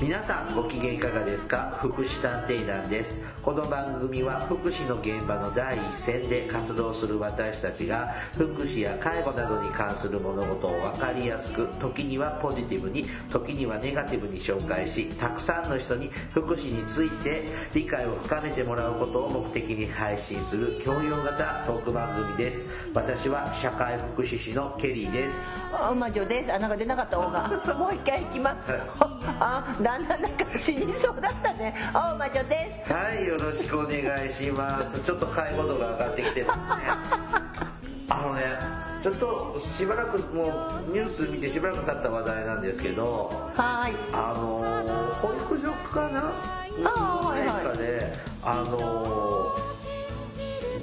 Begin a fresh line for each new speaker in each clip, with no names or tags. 皆さんご機嫌いかがですか福祉探偵団ですこの番組は福祉の現場の第一線で活動する私たちが福祉や介護などに関する物事を分かりやすく時にはポジティブに時にはネガティブに紹介したくさんの人に福祉について理解を深めてもらうことを目的に配信する教養型トーク番組です私は社会福祉士のケリーです
あ魔女です。穴が出なかった方が。もう一回行きます。あ、だんだんなんか死にそうだったね。あ、魔女です。
はい、よろしくお願いします。ちょっと介護度が上がってきてますね。あのね、ちょっとしばらくもうニュース見てしばらく経った話題なんですけど、
はーい。
あのー保育所かな
あーはいはい
なんかで、あのー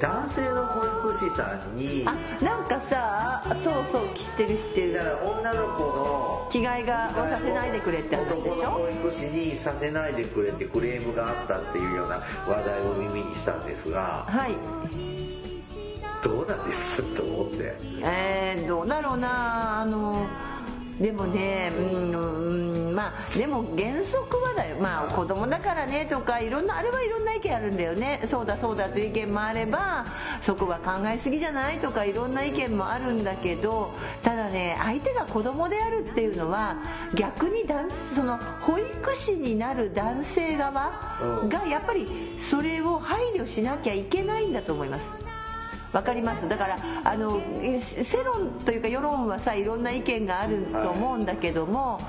男性の保育士さんに、
あ、なんかさ、そうそう、着してるして
だ
る。
から女の子の
着替えがはさせないでくれって話でし
男の
ょ。
保育士にさせないでくれってクレームがあったっていうような話題を耳にしたんですが
はい。
どうなんですと思って
えー、どうだろうな。あの。でもね、うん、うんまあ、でも原則はだよ。まあ、子供だからねとか、いろんな、あれはいろんな意見あるんだよね。そうだそうだという意見もあれば、そこは考えすぎじゃないとか、いろんな意見もあるんだけど、ただね、相手が子供であるっていうのは、逆に男、その、保育士になる男性側が、やっぱり、それを配慮しなきゃいけないんだと思います。わかりますだからあの世世論というか世論はさいろんな意見があると思うんだけども、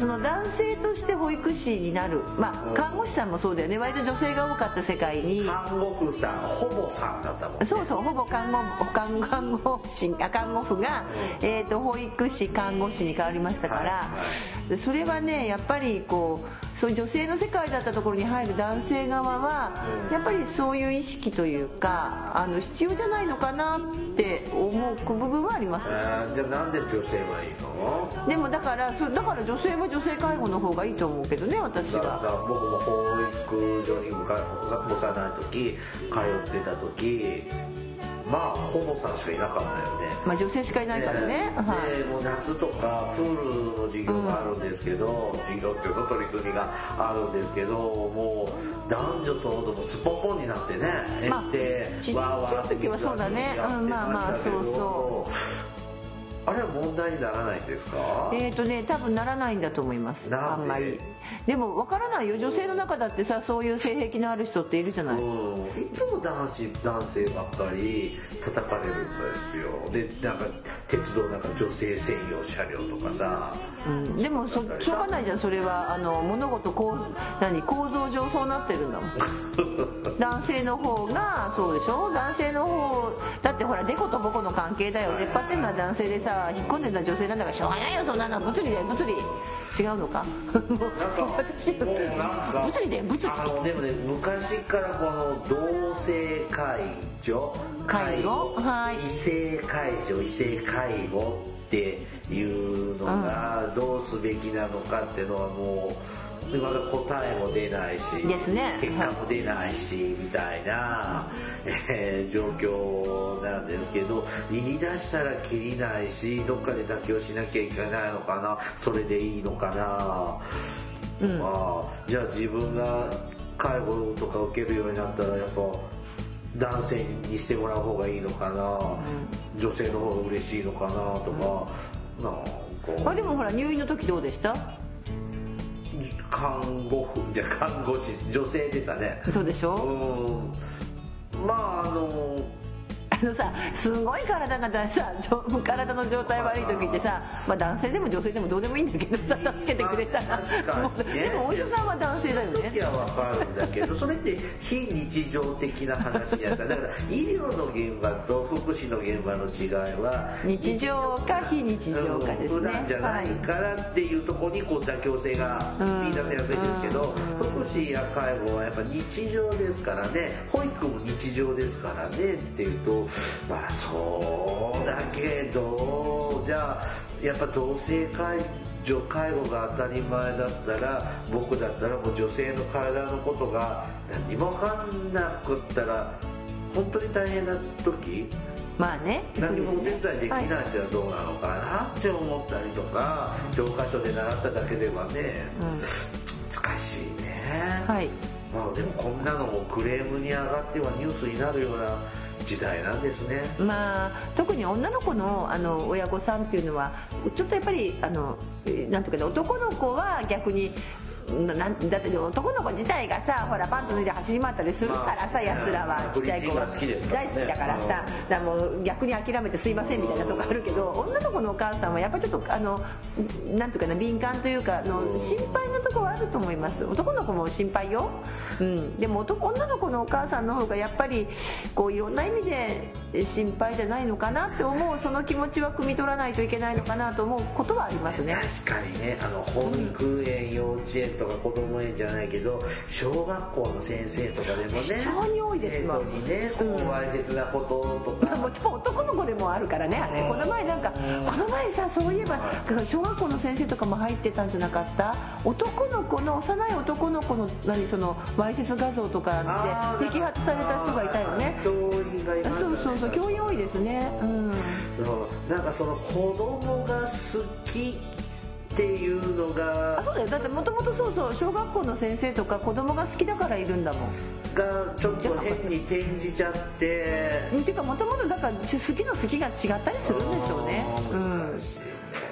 その男性として保育士になる、ま
うん
あ、看護師さんもそうだよね割と女性が多かった世界に。
看護婦さんほぼさんだったもんね
そうそうほぼ看護看護看護師あ看護婦が、えー、と保育士看護師に変わりましたから、
は
それはねやっぱりこうそういう女性の世界だったところに入る男性側は、
うん
やっぱりそういう意識というかあの必要じゃないのかなって思う部分はあります、
えーじゃあなんで女性はいいの
でもだからそだから女性は女性介護の方がいいと思うけどね私
だから
は。
さ僕も保育所に向か幼い時通ってた時まあほぼさんしかいなかったよね
まあ、女性しかいないからね、
え
はい
でもう夏とかプールの授業があるんですけど、授業っていうの取り組みがあるんですけどもう男女ともどもすっぽんぽんになってね
まあ
えって、
ち
わーわーって
ちっちゃい時はそうだねうんまあまあそうそう
あれは問題にならないんですか
えーとね、多分ならないんだと思います
なんで
あんまりでもわからないよ女性の中だってさそういう性癖のある人っているじゃない、
うん、いつも男子男性ばっかり叩かれるんですよでなんか鉄道なんか女性専用車両とかさ、
うんでもそしょうがないじゃんそれはあの物事こう何構造上そうなって るんだもん男性の方がそうでしょ男性の方だってほらデコとボコの関係だよ出っ張ってるのは男性でさ引っ込んでるのは女性なんだからしょうがないよそんなの物理だよ物理違うのかもう
なんか、も
私
うなんか、
物理だよ物理
あの、でもね、昔からこの同性介助、
介護はい
異性介助、異性介護っていうのがどうすべきなのかっていうのはもう、でまだ答えも出ないし、
ですね
結果も出ないし、みたいな、えー状況なんですけど、言い出したらきりないし、どっかで妥協しなきゃいけないのかな、それでいいのかな、まあじゃあ自分が介護とか受けるようになったらやっぱ男性にしてもらう方がいいのかな、女性の方が嬉しいのかなとか、なん
あ
か
でもほら入院の時どうでした
看護婦じゃ看護師女性でしたね
そうでし
う
ょ、
んまああの
あのさすごい体がださじょ体の状態悪い時ってさ、まあ、男性でも女性でもどうでもいいんだけどさ助けてくれた
まあ
ら、
確かに
もう
ね
でもお医者さんは男性だよ
い
ね
やわかるんだけどそれって非日常的な話じゃないですかだから医療の現場と福祉の現場の違いは
日常か非日常かですね、
普段じゃないからっていうところにこう妥協性が見出せやすいんですけど、福祉や介護はやっぱ日常ですからね保育も日常ですからねっていうとまあそうだけどじゃあやっぱ同性介助介護が当たり前だったら僕だったらもう女性の体のことが何も分かんなくったら本当に大変な時
まあねそう
何
で
も
す
お手
ね
伝いできないってのはどうなのかなって思ったりとか教科書で習っただけではね、
うん
使ね
はい
まあでもこんなのもクレームに上がってはニュースになるような時代なんですね
まあ、特に女の子のあの親御さんっていうのはちょっとやっぱりあのえなんとかね男の子は逆に。ななんだって男の子自体がさほらパンツ脱いで走り回ったりするからさ、
まあ
やつらは
うん
ちっちゃい子は
ブリッジが好きで
大好
すからね
きだからさ、だからもう逆に諦めてすいませんみたいなとこあるけど女の子のお母さんはやっぱちょっとあのなんとかな敏感というかあの心配なとこはあると思います男の子も心配よ、うん、でも男女の子のお母さんの方がやっぱりこういろんな意味で心配じゃないのかなって思うその気持ちは汲み取らないといけないのかなと思うことはありますね
確かにねあの保育園幼稚園とか子ども園じゃないけど小学校の先生とかでもね
非常に多いですもん
生徒にねこ
う
うんわいせつなこととか、
もう男の子でもあるからねあれこの前なんかこの前さそういえば小学校の先生とかも入ってたんじゃなかった男の子の幼い男の子の何そのわいせつ画像とかで摘発された人がいたよね
あー教員がいます
そ
よね
うそうそう教員多いですねうん
そうなんかその子供が好きっていうの
あ
が
そうだよだってもともとそうそう小学校の先生とか子供が好きだからいるんだもん
がちょっと変に転じちゃって
うんっていうかもともとだからち好きの好きが違ったりするんでしょうね
あ
う
ー
ん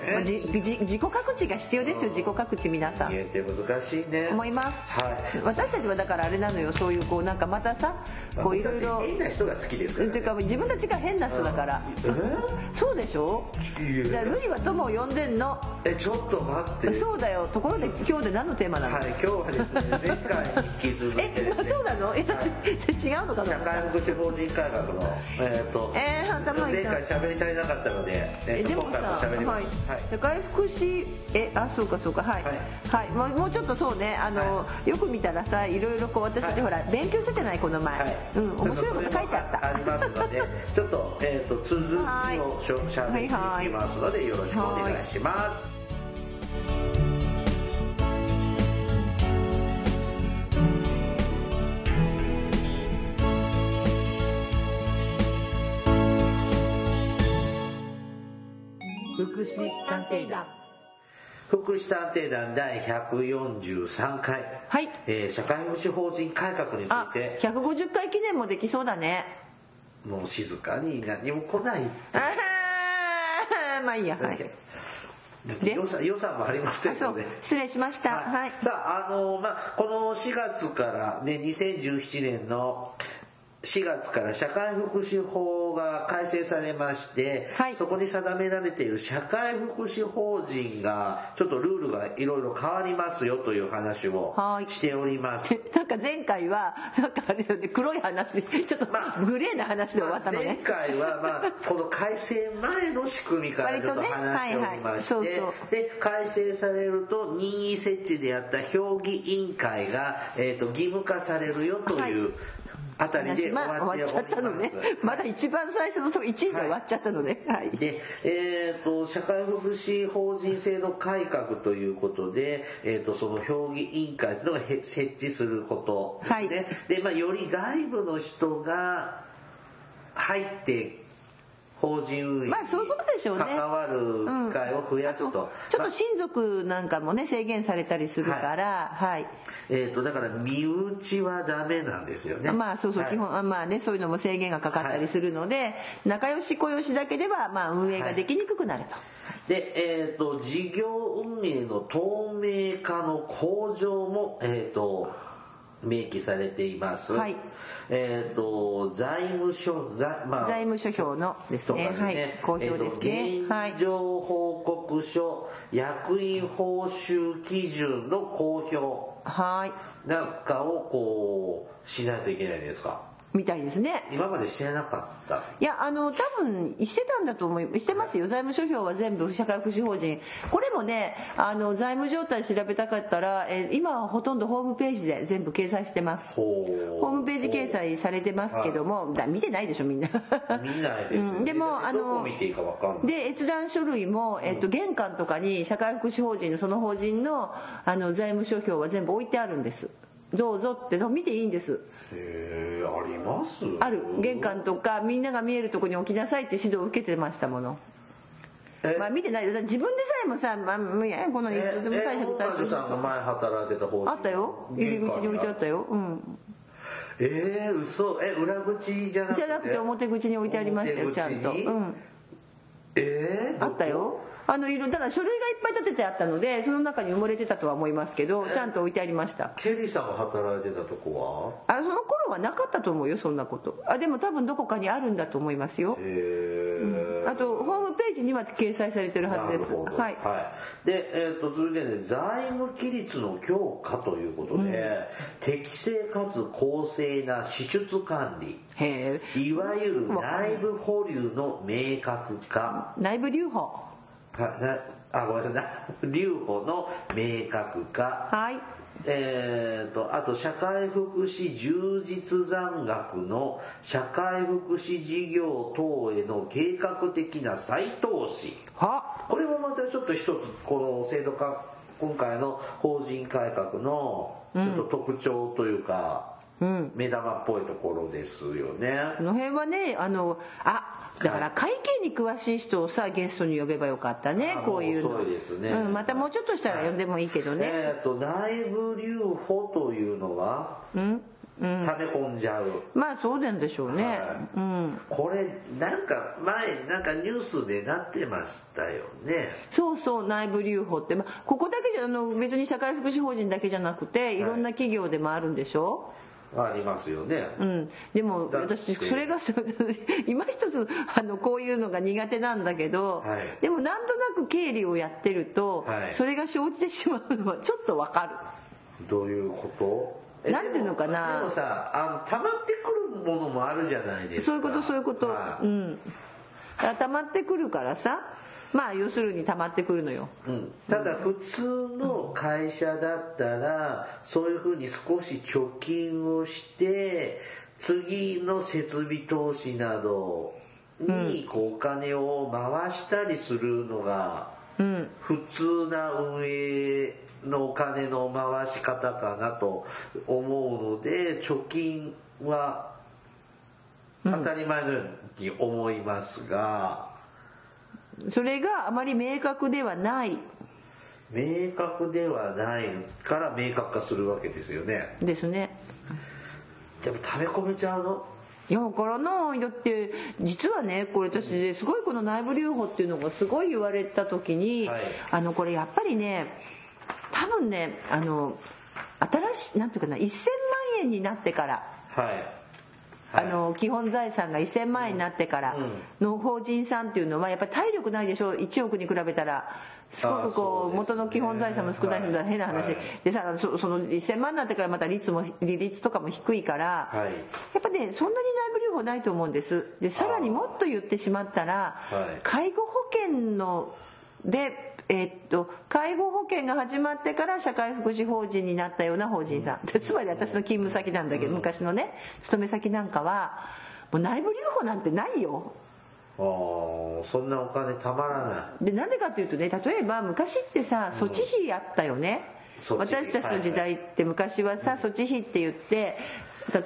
難しいね
まあじじ自己各知が必要ですよ自己各知皆さ
言
ん
えて難しいね
思います
はい
私たちはだからあれなのよそういうこうなんかまたさこういろい
僕
ろ
たち変な人が好きですから、
うんっていうか自分たちが変な人だから
え
そうでしょ
いや
じゃあルイは友を呼んでんの
えちょっと待って
そうだよところで今日で何のテーマなの
はい今日はですね前回に引き続いて
え、まあ、そうなのえ私 違うのかと
社
思った
会福祉法人会学のえっ、と、
えー頭痛
前
い
回喋り足りなかったので、え
え
ーと
でも
今
さ、
回も喋りま
は
す
い
はい、
社会福祉えあそうかそうかはい、
は
はいいもうもうちょっとそうねあの、よく見たらさいろいろこう私たち、
は
ほら勉強したじゃないこの前、
はい
うん面白いこと書いてあった
ありますのでちょっと,、えー、と続きをしょしゃべっていきますのでよろしくお願いします。
福祉探偵団
福祉探偵団第143回、
はい
えー社会保障法人改革につ
あ
いて
150回記念もできそうだね
もう静かに何も来ない、
あはーまあいいやはいで
予算予算もありませ
あ
ん
そ
の
う
で。
失礼しました
は
はいい、
さあ、あのまあ、この4月からね、2017年の4月から社会福祉法が改正されまして、
はい
そこに定められている社会福祉法人が、ちょっとルールがいろいろ変わりますよという話を
はい
しております。
なんか前回はなんかあれだね黒い話ちょっと
まあ
グレーな話で終わったの
前
ね、
回は、まあ、この改正前の仕組みからちょっと
割とね
話しておりまして、
はいはいそう
で改正されると任意設置であった評議委員会が、えー、と義務化されるよというあたりで終
まあ
わって
終
お
わ
り
っちゃ
ま
ったのね
す。
まだ一番最初のとこ1位で終わっちゃったのねはい
で、えー、と社会福祉法人制度改革ということで、えー、とその評議委員会というのがへ設置することですね、
はい
でまあ、より外部の人が入って法人運営に
まあそういうことでしょうね
関わる機会を増やすと、
ちょっと親族なんかもね制限されたりするから、はい
えー、とだから身内はダメなんですよね
まあそうそう、
はい
基本あまあねそういうのも制限がかかったりするので、仲良し小良しだけではまあ運営ができにくくなると、
で、えっ、と、事業運営の透明化の向上も、えっ、と、明記されています。
はい
えっ、と、財務省、財、ま
財務諸表のです
とか
ね
ね
はい公表ですね、
えーと
はい
現状報告書、役員報酬基準の公
はい
表なんかをこう、しないといけないですか。
みたいですね
今までしてなかった。
いやあの多分してたんだと思いしてますよ財務諸表は全部社会福祉法人これもねあの財務状態調べたかったら、えー今はほとんどホームページで全部掲載してます
ホ
ホームページ掲載されてますけども、だ見てないでしょみんな
見ないですよね、
うんでも
だって
あの
どこ見ていいかわかんない。
で閲覧書類も、えっと、玄関とかに社会福祉法人のその法人のあの財務諸表は全部置いてあるんですどうぞって見ていいんです
へえあります
ある玄関とかみんなが見えるとこに置きなさいって指導を受けてましたもの
え
まあ見てないよだって自分でさえもさ、まあ、もういやこのいつでも最初
大
最
谷
初
さんが前働いてた方
あったよ入り口に置いてあったようん
えー、嘘え裏口じゃなくて
じゃなくて表口に置いてありましたよちゃんと、う
表口に
ん、
えー、
あったよあのいろただ書類がいっぱい立ててあったのでその中に埋もれてたとは思いますけどちゃんと置いてありました
ケリーさんが働いてたとこ
あその頃はなかったと思うよそんなことあでも多分どこかにあるんだと思いますよ
はへえ、
あとホームページには掲載されてるはずです
なるほど
はい
で、えー、と続いて、ね、財務規律の強化ということで、適正かつ公正な支出管理
へえ
いわゆる内部保留の明確化、
内部留保
はなあごめんなさいな留保の明確化
はい
えー、とあと社会福祉充実残額の社会福祉事業等への計画的な再投資
は
これもまたちょっと一つこの制度化今回の法人改革のちょっと特徴というか、
うん
目玉っぽいところですよね。
この辺はねあのあだから会計に詳しい人をさゲストに呼べばよかったね
あ
こういうの
もう遅いですね
うん、またもうちょっとしたら呼んでもいいけどね、
えー、と内部留保というのは、溜め込んじゃう。
まあそうなんでしょうね、
はい
うん
これなんか前なんかニュースでなってましたよね
そうそう内部留保って、まあ、ここだけじゃあの別に社会福祉法人だけじゃなくていろんな企業でもあるんでしょ、
ありますよね、
うん、でも
だって
私それが 今一つあのこういうのが苦手なんだけど、
はい
でもなんとなく経理をやってると、
はい
それが生じてしまうのはちょっとわかる。
どういうことえ
なんていうのかな
でもでもさあの溜まってくるものもあるじゃないですか
そういうことそういうこと、
は
う
い
んだから溜まってくるからさまあ要するに溜まってくるのよ
うんただ普通の会社だったらそういうふうに少し貯金をして次の設備投資などにこうお金を回したりするのが
うん
普通な運営のお金の回し方かなと思うので貯金は当たり前のように思いますが、
それがあまり明確ではない
明確ではないから明確化するわけですよね
ですね
でも溜め込めちゃうの
いやわからないだって実はねこれ私ねすごいこの内部留保っていうのがすごい言われた時に、
はい
あのこれやっぱりね多分ねあの新しいなんていうかな1000万円になってから
はい、
あの基本財産が1000万円になってからの法人さんっていうのはやっぱり体力ないでしょ1億に比べたらすごく
あーそうで
こ
す
う
ね
元の基本財産も少ないしみたいな変な
は
話
い
でさそその1000万になってからまた率も利率とかも低いから
はい
やっぱねそんなに内部留保ないと思うんですでさらにもっと言ってしまったら
はい
介護保険のでえーっと介護保険が始まってから社会福祉法人になったような法人さんつまり私の勤務先なんだけど昔のね勤め先なんかはもう内部留保なんてないよ
あーそんなお金たまらな
でなんでかっていうとね例えば昔ってさ措置費あったよね、
措置費
私たちの時代って昔はさ、措置費って言って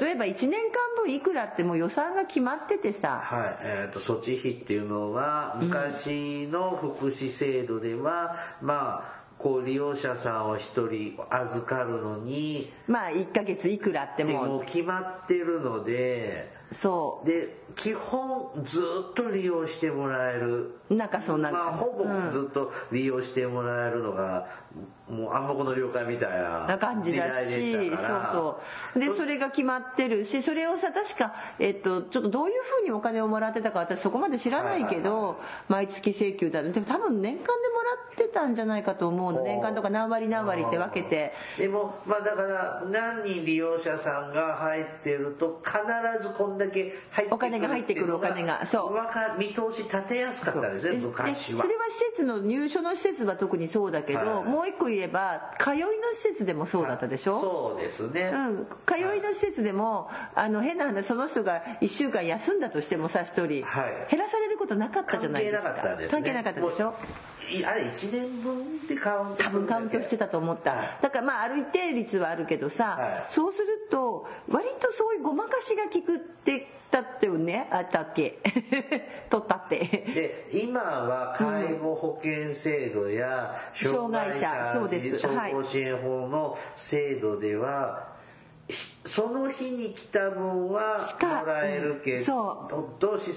例えば1年間分いくらってもう予算が決まっててさ
はい、えー、と措置費っていうのは昔の福祉制度では、まあこう利用者さんを一人預かるのに
まあ1ヶ月いくらって
でも
も
う決まってるので
うそ
で基本ずっと利用してもらえる
うなんかそんな
まあほぼ
うん
ずっと利用してもらえるのが、もう暗黙の了解みたい
な
な
感じ
時
だ
代
し
でしたから
そうそうでそれが決まってるしそれをさ確か、えっと、ちょっとどういうふうにお金をもらってたか私そこまで知らないけど、
はい
毎月請求だでも多分年間でもらってたんじゃないかと思うの
おー
年間とか何割何割って分けて
でもまあだから何人利用者さんが入ってると必ずこんだけ入ってくる
お金が入ってくるお金がそう
わか見通し立てやすかったんですね
で
昔は
それは施設の入所の施設は特にそうだけど、
はい
もう一個言えば通いの施設でもそうだったでしょ、
そうですね、
うん、通いの施設でも、あの変な話その人が1週間休んだとしてもさ1人、
はい
減らされることなかったじゃないですか
関係なかったですね
関係なかったでしょ
もういあれ1年分でカウント
多分カウントして
た
たと思っただからまあある一定率はあるけどさ、
はい
そうすると割とそういうごまかしが効くってだったよねあったっけ 取ったって
で今は介護保険制度や
うん
障害者
障害者そうです
自立
はい
症候支援法の制度では、ひその日に来た分は
しか
もらえるけ
うん
ど、どうし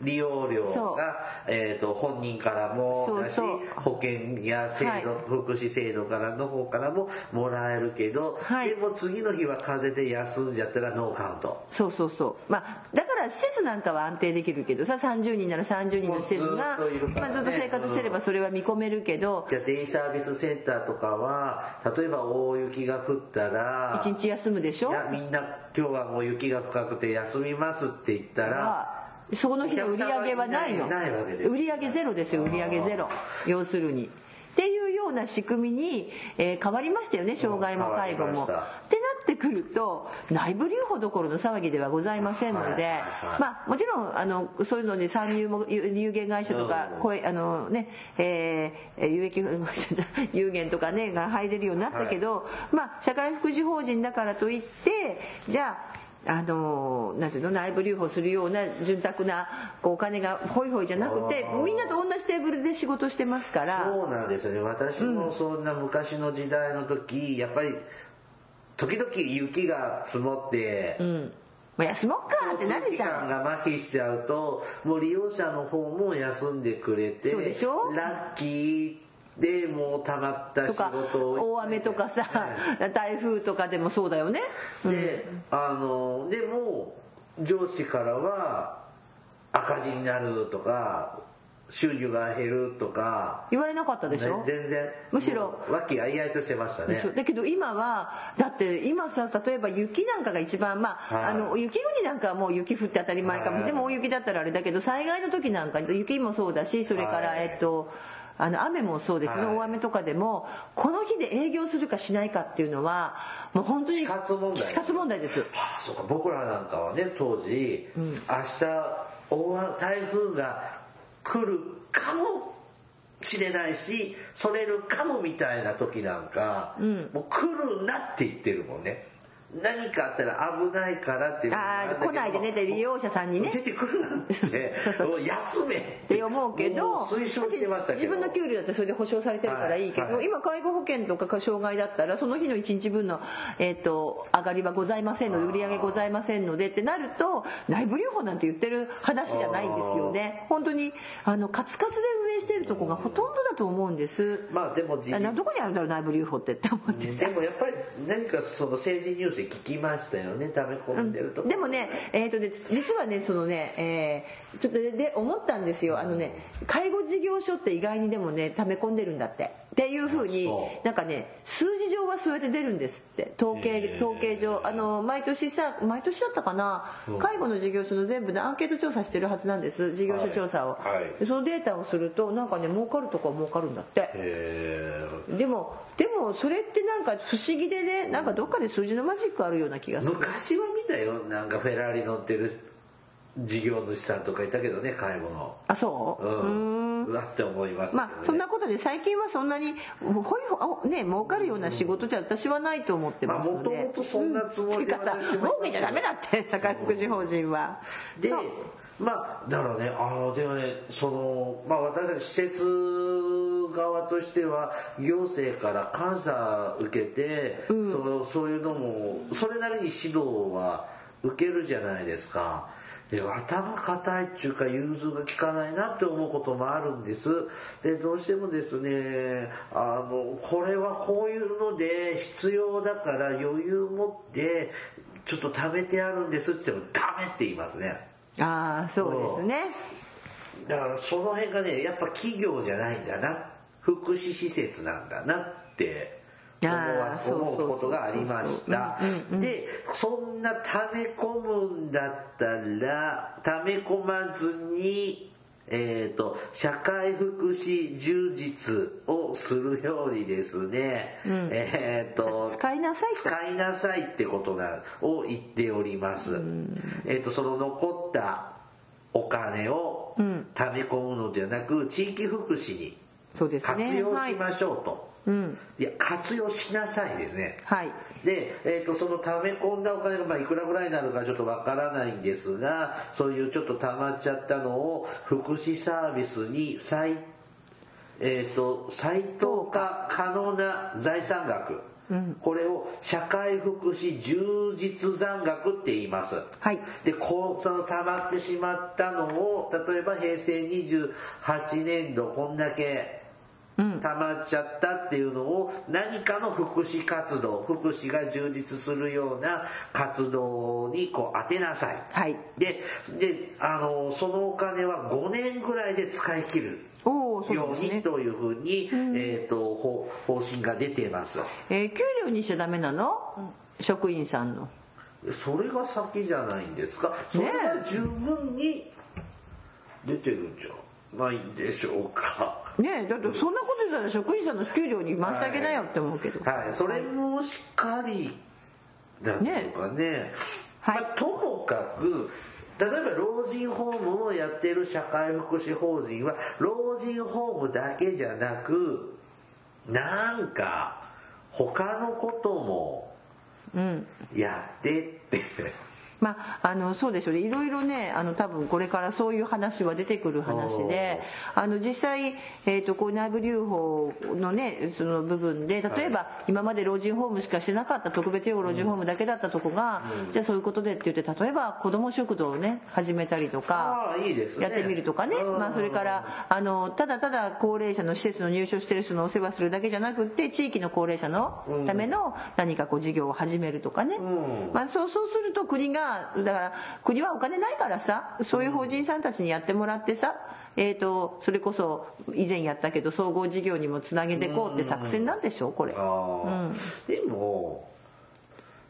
利用料
そう
が、えー、と本人からもだし
そうそう
保険や制度、
はい
福祉制度からの方からももらえるけど、
はい
でも次の日は風邪で休んじゃったらノーカウント。
そうそうそうまあだから施設なんかは安定できるけどさ30人なら30人の施設が
もうずっといるから
まあ
ね
ずっと生活してればそれは見込めるけど
じゃあデイサービスセンターとかは例えば大雪が降ったら
1日休むでしょ
いやみんな今日はもう雪が深くて休みますって言ったら
その日の売り上げはないの
お客さんはいないわけです
売り上げゼロですよ売り上げゼロ要するにっていうような仕組みに、えー変わりましたよね障害も介護
変わり
も。
まし
っ
てた
なってくると内部留保どころの騒ぎではございませんので、
はいはいはい
まあ、もちろんあのそういうのに参入も有有限会社とか
うん
こういうあの、ねえー有益 有限とか、ね、が入れるようになったけど、まあ、社会福祉法人だからといってじゃああのなんていうの内部留保するような潤沢なこうお金がホイホイじゃなくて
あー
みんなと同じテーブルで仕事してますから
そうなんですよね私もそんな昔の時代の時やっぱり時々雪が積もって、
もう休もうかってなる
交通機
じゃん
関が麻痺しちゃうともう利用者の方も休んでくれて
そうでしょ
ラッキーでもうたまった
と
仕
か
事を
大雨とかさ
はい
台風とかでもそうだよね。
で、あのでも上司からは赤字になるとか収入が減るとか、
言われなかったでしょ
ね全然
むしろ
もう和気あいあいとしてました
で
ね
しょだけど今はだって今さ例えば雪なんかが一番まあ,、
はい
あの雪国なんかはもう雪降って当たり前かも、
はい
でも大雪だったらあれだけど災害の時なんか雪もそうだしそれから、
はい
えっとあの雨もそうですね、
はい
大雨とかでもこの日で営業するかしないかっていうのはもう本当に
死活問題
死活問題です
はあそうか僕らなんかはね当時、明日大雨台風が来るかもしれないしそれるかもみたいな時なんか、もう来るなって言ってるもんね何かあったら危ないからっていうのが
あ
るんだ
あ
けど
来ないでねって利用者さんにね
出てくるなんてもう休めっ
って思うけど
もう推奨してましたけど
自分の給料だってそれで保証されてるからいいけど、
はいはい
今介護保険とか障害だったらその日の1日分の、えっと上がりはございませんので売り上げございませんのでってなると内部留保なんて言ってる話じゃないんですよね本当にあのカツカツで運営してるとこがほとんどだと思うんです、
まあでも自
あなどこにあるんだろう内部留保ってって思うんです
でもやっぱり何かその政治ニュースで聞きましたよね溜め込んでると、
でもね、えーとね実はねそのね、えーちょっとでで思ったんですよあのね介護事業所って意外にでもね溜め込んでるんだってっていうふうに
そ
なんかね数字上はそうやって出るんですって統計
へー
統計上あの毎年さ毎年だったかな
うん
介護の事業所の全部でアンケート調査してるはずなんです事業所調査を、
はいはい
でそのデータをするとなんかね儲かるとこは儲かるんだって
へ
でもでもそれってなんか不思議でねなんかどっかで数字のマジックあるような気が
ー
する
昔は見たよなんかフェラーリ乗ってる事業主さんとかいたけどね介護の
あそう
う
うーん
んうわって思いましたけど、ね
まあそんなことで最近はそんなにもうほいほね儲かるような仕事じゃ私はないと思ってますので
まあ元々そんなつもり
で
で
かさ
私も
儲けちゃダメだって社会福祉法人は
で
そう
まあだからねあのでもねその、まあ、私たち施設側としては行政から監査受けて、そのそういうのもそれなりに指導は受けるじゃないですか。で頭固いっていうか融通が利かないなって思うこともあるんですでどうしてもですねあのこれはこういうので必要だから余裕持ってちょっと貯めてあるんですって言ってもダメって言いますね
ああそうですね
だからその辺がねやっぱ企業じゃないんだな福祉施設なんだなって思わ
あー
思
そうそう
うことがありましたでそんな溜め込むんだったら溜め込まずにえー、と社会福祉充実をするようにですね、えー、と
使いなさいと
使いなさいってことなを言っております、えっとその残ったお金を貯め込むのじゃなく地域福祉に
そうですね
活用しましょうと。
うん
いや活用しなさいですね。
はい
で、えー、とその溜め込んだお金が、まあ、いくらぐらいなのかちょっとわからないんですがそういうちょっと溜まっちゃったのを福祉サービスに再,、えー、と再投下可能な財産額、これを社会福祉充実残額って言います。
はい
で、こう、その溜まってしまったのを、例えば平成28年度こんだけ溜まっちゃったっていうのを何かの福祉活動、福祉が充実するような活動にこう当てなさい。
はい
で、で、あの、そのお金は5年ぐらいで使い切る
おおそう
よ
な
うん
です
に
ね
というふうに、えっと、方方針が出ています。
えー給料にしちゃダメなの、職員さんの
それが先じゃないんですかそれは十分に出てるんじゃないんでしょう か
ねえだってそんなことしたら職員さんの給料に回してあげなよって思うけど
はいそれもしっかりなんとかね
はい
まあともかく例えば老人ホームをやっている社会福祉法人は老人ホームだけじゃなくなんか他のことも
うん
やってって
まあ、あのそうでしょうねいろいろねあの多分これからそういう話は出てくる話であの実際、えー、とこう内部留保のねその部分で例えば、今まで老人ホームしかしてなかった特別養護老人ホームだけだったとこが、じゃあそういうことでって言って例えば子ども食堂をね始めたりとか。
ああいいですね
やってみるとかね、
うん
まあ、それからあのただただ高齢者の施設の入所してる人のお世話するだけじゃなくって地域の高齢者のための何かこう事業を始めるとかね、
うん
まあ、そうそうすると国がだから国はお金ないからさそういう法人さんたちにやってもらってさ、えー、とそれこそ以前やったけど総合事業にもつなげていこうって作戦なんでしょこれ。
あーでも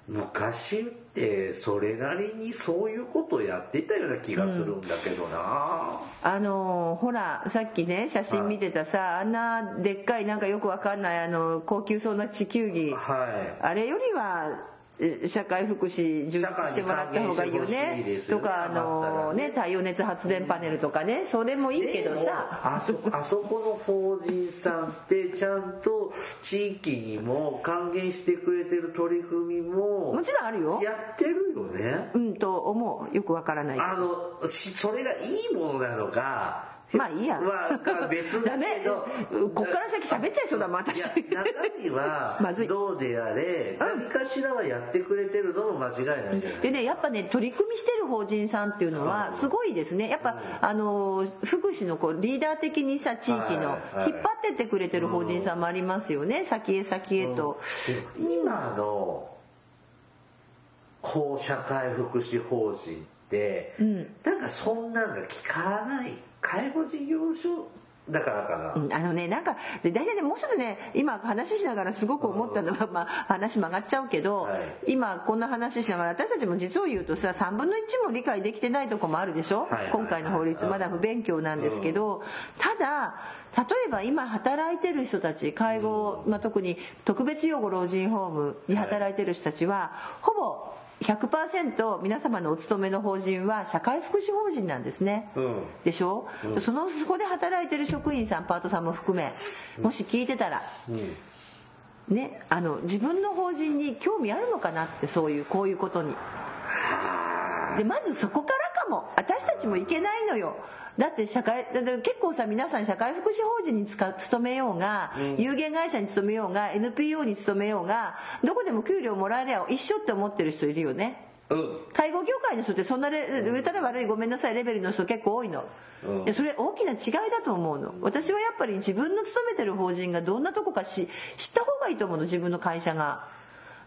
昔ってそれなりにそういうことやってたような気がするんだけどな、
あのーほらさっきね写真見てたさ、あんなでっかいなんかよくわかんないあの高級そうな地球儀
はい
あれよりはえ社会福祉充実してもらった方がいい
社会に還元してほ
よ
しいで
ね
すよ
と
ね
かあのーね太陽熱発電パネルとかねそれもいいけど
でも
さ
あそ あそこの法人さんってちゃんと地域にも還元してくれてる取り組みも
もちろんあるよ
やってるよね
うんと思うよくわからない
あのしそれがいいものなのか
まあいいや
まあ別
ダ
だけ
メ
ど
こっから先喋っちゃいそうだも
い
ん私
や中身
まず
はいどうであれ何かしらはやってくれてるのも間違いないじゃない
でねやっぱね取り組みしてる法人さんっていうのはすごいですねやっぱあの福祉のこうリーダー的にさ地域の
はいはい
引っ張ってってくれてる法人さんもありますよね先へ先へと
今の高社会福祉法人って、なんかそんなんが聞かない介護事業所だからかな、
うんあのねなんかで大体ねもう一つね今話しながらすごく思ったのは、まあ、話曲がっちゃうけど、
はい
今こんな話しながら私たちも実を言うとさ3分の1も理解できてないとこもあるでしょ、
はいはい
今回の法律
はい
まだ不勉強なんですけど、ただ例えば今働いてる人たち介護、まあ、特に特別養護老人ホームに働いてる人たちは、ほぼ100%皆様のお勤めの法人は社会福祉法人なんですね。
うん
でしょ、そのそこで働いてる職員さんパートさんも含めもし聞いてたら、
うん
ね、あの自分の法人に興味あるのかなってそういうこういうことにでまずそこからかも私たちもいけないのよだって社会だって結構さ皆さん社会福祉法人につか勤めようが、有限会社に勤めようが NPO に勤めようがどこでも給料もらえりゃ一緒って思ってる人いるよね
うん
介護業界の人ってそんなレ上から悪いごめんなさいレベルの人結構多いの、
うん
いやそれ大きな違いだと思うの私はやっぱり自分の勤めてる法人がどんなとこかし知った方がいいと思うの自分の会社が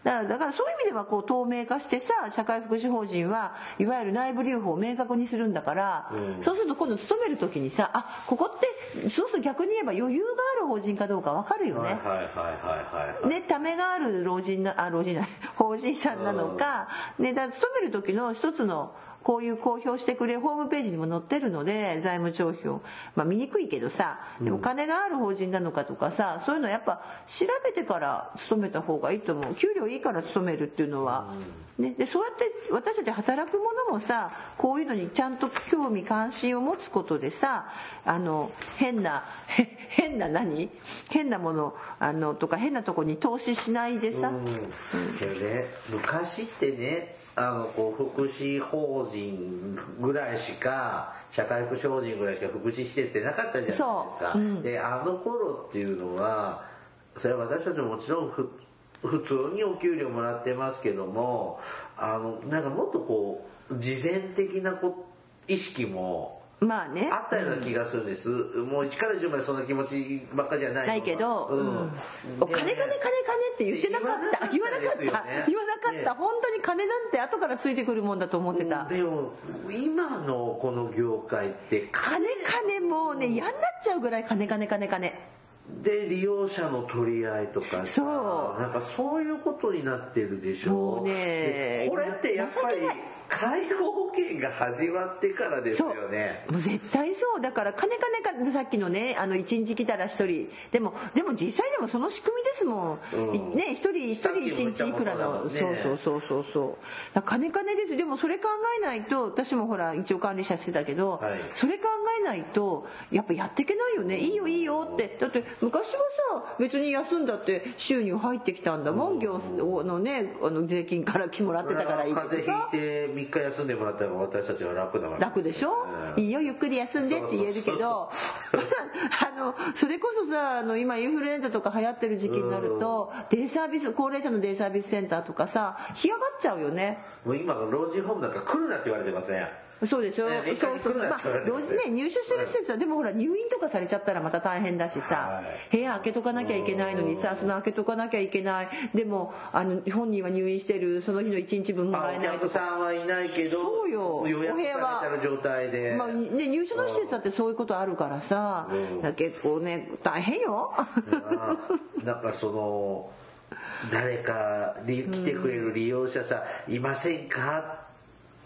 だからだからそういう意味ではこう透明化してさ社会福祉法人はいわゆる内部留保を明確にするんだから、そうすると今度勤める時にさあここってそうすると逆に言えば余裕がある法人かどうか分かるよ
は
ね、
いはいはいはいはい、
ね、ためがある老人なあ老人じゃない法人さんなのか、ね、だ勤める時の一つのこういう公表してくれるホームページにも載ってるので財務帳票、まあ、見にくいけどさでもお金がある法人なのかとかさそういうのやっぱ調べてから勤めた方がいいと思う給料いいから勤めるっていうのは、ね、でそうやって私たち働くものもさこういうのにちゃんと興味関心を持つことでさあの変な へ変な何変なものあのとか変なとこに投資しないでさ、
うん、でね昔ってねあのこう福祉法人ぐらいしか社会福祉法人ぐらいしか福祉施設ってなかったじゃないですか、
そううん
であの頃っていうのはそれは私たちももちろんふ普通にお給料もらってますけどもあのなんかもっとこう事前的なこ意識も
まあね
あったような気がするんです、もう1から10までそんな気持ちばっかじゃない
ないけど、
うん
うんお金金
で
金金って言ってなかった
言
言わ
わ
な
な
か
か
っ
ったた
言わなか
ですよね
った,、
ね
本当に金なんて後からついてくるもんだと思ってた、
でも今のこの業界って
金金もうね嫌になっちゃうぐらい金金金金
で利用者の取り合いとかさ
そう
なんかそういうことになってるでしょ
もうね
でこれってやっぱり
情けない
介護保険が始まってからです
そう
よね
もう絶対そうだから金金金さっきのねあの1日来たら1人でもでも実際でもその仕組みですもん、
うん
いね1人1人
さっきも言
1
った
日いくらの、
ことだ
そ
もん
う
ね
そうそうそうそうだから金金ですでもそれ考えないと私もほら一応管理者してたけど、
はい
それ考えないとやっぱやっていけないよねいいよいいよってだって昔はさ別に休んだって収入入ってきたんだもん業のねあの税金からきもらってたからいいけどさ
風邪ひいて3日休んでもらった方が私たちは楽だから
楽でしょ、
うん
いいよゆっくり休んでって言えるけど あのそれこそさあの今インフルエンザとか流行ってる時期になるとデイサービス高齢者のデイサービスセンターとかさ干上がっちゃうよね
もう今老人ホームなんか来るなって言われてません
そうでしょ、
ねえ
そうそう
一回来るな
ま
っ
あ
て言われて
老
ます
人
よ
ね入所してる施設はでもほら入院とかされちゃったらまた大変だしさ、
はい
部屋開けとかなきゃいけないのにさ
うん
その開けとかなきゃいけないでもあの本人は入院してるその日の1日分も
まあ
らえ
お
ない
客
とか
さんはいないけど
そうよ
予約されてる状態で、
まあね、入所の施設だってそういうことあるからさ、
うん
だ結構ね大変よ
なんかその誰かり来てくれる利用者さんいませんか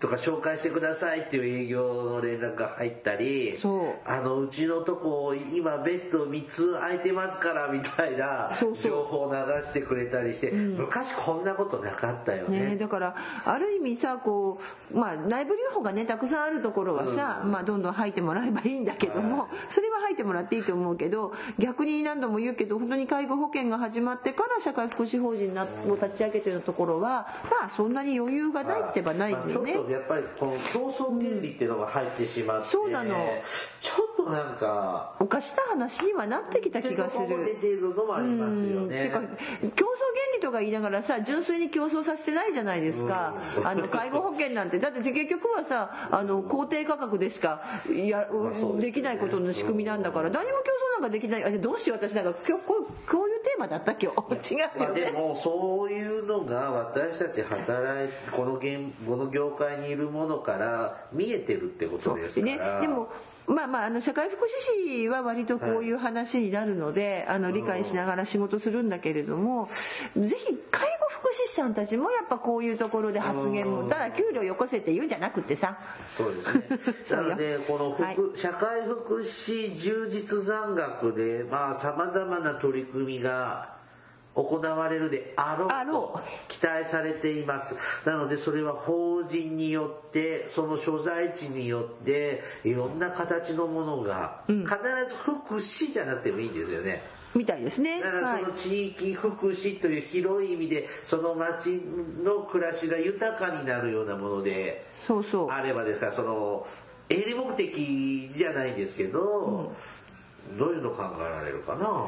とか紹介してくださいっていう営業の連絡が入ったり
そう
あのうちのとこ今ベッド3つ空いてますからみたいな
そうそう
情報を流してくれたりして昔こんなことなかったよ
ね
ね。
だからある意味さこう、まあ、内部留保がねたくさんあるところはさ、まあ、どんどん吐いてもらえばいいんだけども、
はい
それは吐いてもらっていいと思うけど逆に何度も言うけど本当に介護保険が始まってから社会福祉法人なを立ち上げてるところはまあそんなに余裕がないってばないんだよね
まあちょっ。とやっぱりこの競争原理っていうのが入ってしまって、
そうなの
ちょっとなんか
おかした話にはなってきた気がす
そういうとこも出
る。
てるのもありますよね。
てか競争原理とか言いながらさ純粋に競争させてないじゃないですか、
うん
あの介護保険なんてだって結局はさあの公定価格でしかや、
まあそうですよね
できないことの仕組みなんだから、何も競争なんかできないあどうしよう私なんか今日こうこういうテーマだった今日 違う
ま
よ
あ、で
ね。
もそういうのが私たち働いてこの現この業界にいるものから見えてるってことですか
ね
ら、
でもまあまああの社会福祉士は割とこういう話になるので、あの理解しながら仕事するんだけれども、ぜひ介護福祉士さんたちもやっぱこういうところで発言も、
うん
ただ給料よこせって言うんじゃなくてさ
そうですね
そう
な
よ
のでこの福、
はい
社会福祉充実残額でまあさまざまな取り組みが行われるであろう
あろ
と期待されていますなのでそれは法人によってその所在地によっていろんな形のものが、必ず福祉じゃなくてもいいんですよね
みたいですね。
だから
はい
その地域福祉という広い意味でその町の暮らしが豊かになるようなもので
そうそう
あればですからその営利目的じゃないんですけど、どういうの考えられるかな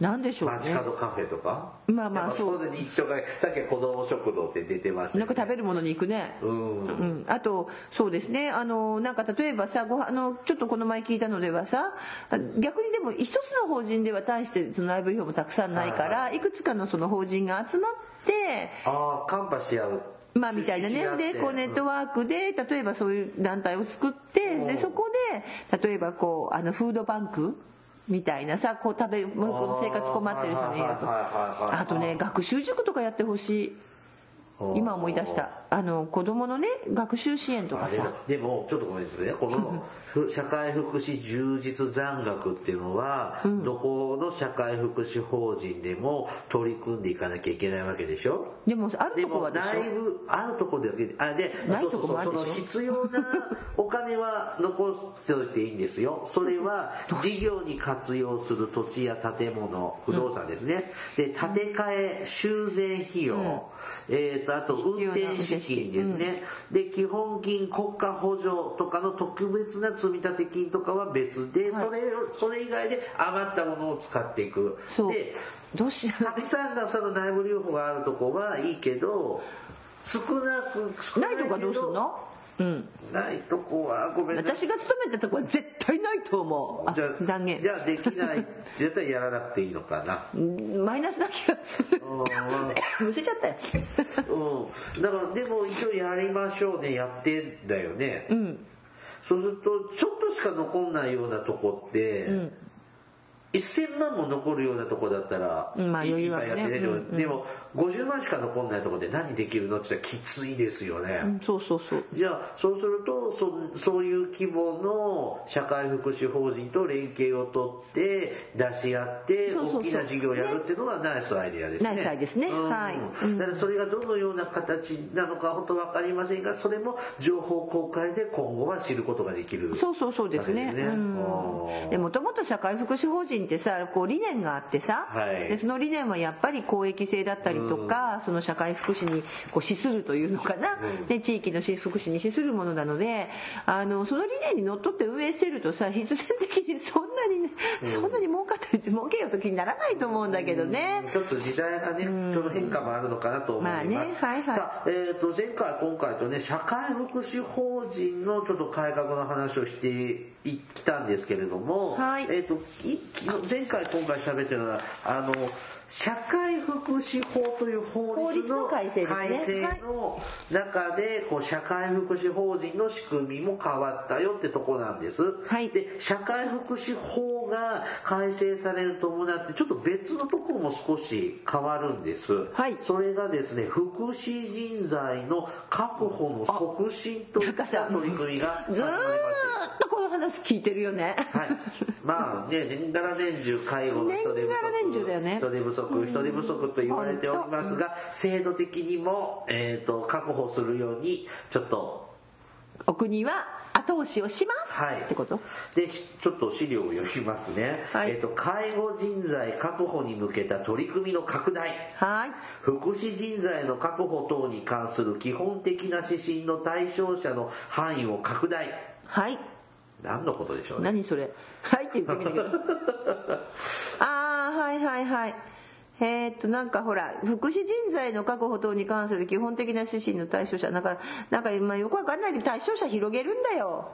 なんでしょう
街
ね。
角カフェとか
まあまあ
やっぱ
そう
そこで日とかさっきは子ども食堂って出てます
なんか食べるものに行くね。
うん
うん、あとそうですねあのなんか例えばさごはあのちょっとこの前聞いたのではさ逆にでも一つの法人では大してその内部票もたくさんないから、、
はい
くつかのその法人が集まって
ああカンパし合う
まあみたいな
し
ね
合っ。て
で、こうネットワークで、例えばそういう団体を作って、
うん
で、そこで、例えばこう、あの、フードバンクみたいなさ、こう食べ、もうこの生活困ってる人にいる
はい
と。
はいはいはいはいはい
あとね、学習塾とかやってほしい。今思い出したあの子供のね学習支援とか
あでも
さ
でもちょっとごめんなさいねこの ふ社会福祉充実残額っていうのは、どこの社会福祉法人でも取り組んでいかなきゃいけないわけでしょ
でもある
で
とこ
も
はでし
だい
ょ
ぶあるとこだけであで
ないとこもある
そう
でしょ
そうそうその必要なお金は残しておいていいんですよそれは事業に活用する土地や建物不動産ですね、で建て替え修繕費用、えー、とあと運転資金ですね、で基本金国家補助とかの特別な積立金とかは別で、それをそれ以外で余ったものを使っていく
そう
で
どうした
たくさんのその内部留保があるとこはいいけど少なく少
な
ない
いとこはどうするのうん
るのないとこはごめんな
私が勤めたとこは絶対ないと思うあ
じゃあ
断言
じゃあできないだったらやらなくていいのか な
うんマイナスな気がする
うん
むせちゃ ったよ
うん、だからでも一応やりましょうねやってんだよね、そうするとちょっとしか残んないようなとこって、1000万も残るようなとこだったら、
うんまあ
い
余
い
裕
っ
は
ぱ
ね
いやってね、
うんうん
でも50万しか残んないとこで何できるのって言ったらきついですよね、
うんそうそうそう
じゃあそうするとそそういう規模の社会福祉法人と連携をとって出し合って
そうそうそう
大きな事業をやるっていうのはナイスアイデアですね。
ナイスアイデアですね
うん
はいうん
だからそれがどのような形なのかほとわかりませんがそれも情報公開で今後は知ることができる。
そうそうそうですね
あれですね
うん
あー
でもともと社会福祉法人ってさこう理念があってさ、
はい
でその理念はやっぱり公益性だったりとか、その社会福祉にこう資するというのかな、で地域の福祉に資するものなのであのその理念にのっとって運営してるとさ必然的にそんなにね、そんなに儲かったり儲けようと気にならないと思うんだけどね、
ちょっと時代がね、その変化もあるのかなと思います。
まあねはいはい
さあ、えっ、と、前回、今回とね、社会福祉法人のちょっと改革の話をしていきたんですけれども、
はい
えっ、と、い前回、今回喋ってるのは、あの、社会福祉法という法律の
法律の改正ですね
改正の中で、こう、社会福祉法人の仕組みも変わったよってとこなんです。
はい
で社会福祉法が改正されると伴ってちょっと別のところも少し変わるんです、
はい
それがですね福祉人材の確保の促進とい
な
っ
んかさ
た取り組みが始
ずー
ま
っ
りました
とこの話聞いてるよね、
はい、まあね年がら年中介護の人手不
年がら年中だよ
足、
ね
人手不足人手不足と言われておりますが制度的にも、えー、と確保するようにちょっと
お国は後押しをします、
はい
ってこと
でひちょっと資料を読みますね、
はい
えっと介護人材確保に向けた取り組みの拡大
はい
福祉人材の確保等に関する基本的な指針の対象者の範囲を拡大
はい
何のことでしょうね
何それ「はい」って言ってみたけどああはいはいはいえーっとなんかほら福祉人材の確保等に関する基本的な指針の対象者なんかなんか今よくわかんないけど対象者広げるんだよ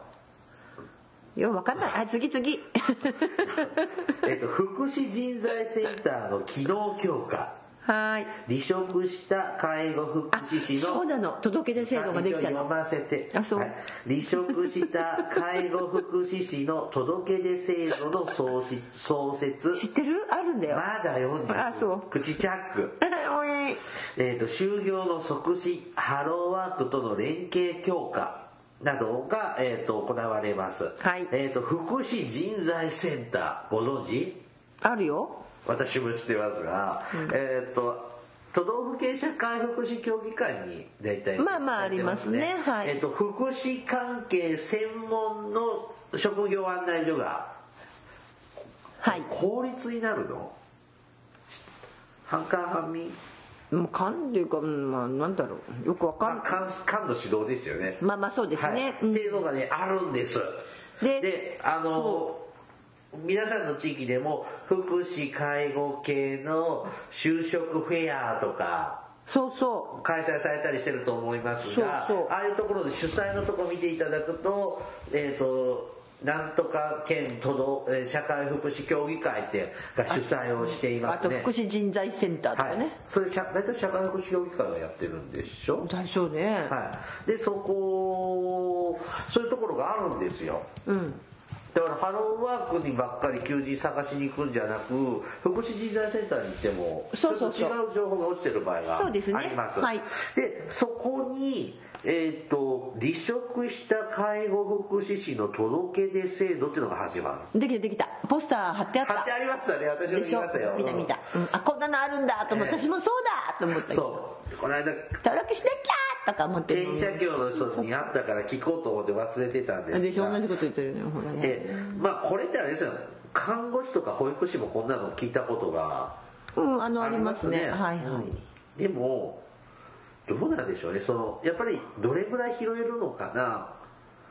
よくわかんないあ次次
えっと福祉人材センターの機能強化
はい
離職した介護福
あ
祉士の
そうなの届け出制度ができた
一応読
の
ませて
あそう
はい離職した介護福祉士の届け出制度の創始創設
知ってるあるんだよ、
まだ読んでる
あそう
口チャック、
おい
えー、と就業の促進ハローワークとの連携強化などが、えー、と行われます、
はい
えー、と福祉人材センターご存知
あるよ
私も知ってますが、えっ、と都道府県社会福祉協議会に大体
まあまあありますね
入って
はい
えっ、と福祉関係専門の職業案内所が
はい
公立になるの半官半民
もう勘っていうかうんまあなんだろうよくわかん
官
ない
官官の指導ですよね
まあまあそうですね、
はい、っ
う
て
ん
いうのがねあるんです
で
であの皆さんの地域でも福祉介護系の就職フェアとか
そうそう
開催されたりしてると思いますが
そうそう
ああいうところで主催のとこ見ていただくとえっ、となんとか県都道えー社会福祉協議会ってが主催をしてい
あ
ます
と
ね
福祉人材センターとか
は
ね
い、それ社大体社会福祉協議会がやってるんでしょ
大丈夫ね、
はいでそこそういうところがあるんですよ
うん
だからハローワークにばっかり求人探しに行くんじゃなく福祉人材センターに行っても
そうそうそう
ちょっと違う情報が落ちてる場合が
そうですね
あります
はい
でそこに、えー、と離職した介護福祉士の届け出制度っていうのが始まる
できたできたポスター貼ってあった
貼ってありましたね私も
で
見
しょ
ましたよ
見た見た、うんあこんなのあるんだと思って、
ええ
私もそうだと思っ
う
た
ん
けど
そうこの間
登録しなきゃとか思って
転写業の人に会ったから聞こうと思って忘れてたんですが
でしょ同じこと言ってるのよほらね
でまあこれってあれですよ看護師とか保育士もこんなの聞いたことが
うんあのありますね
あり
はい
ま
は
す
い
ねでもどうなんでしょうねそのやっぱりどれぐらい拾えるのかな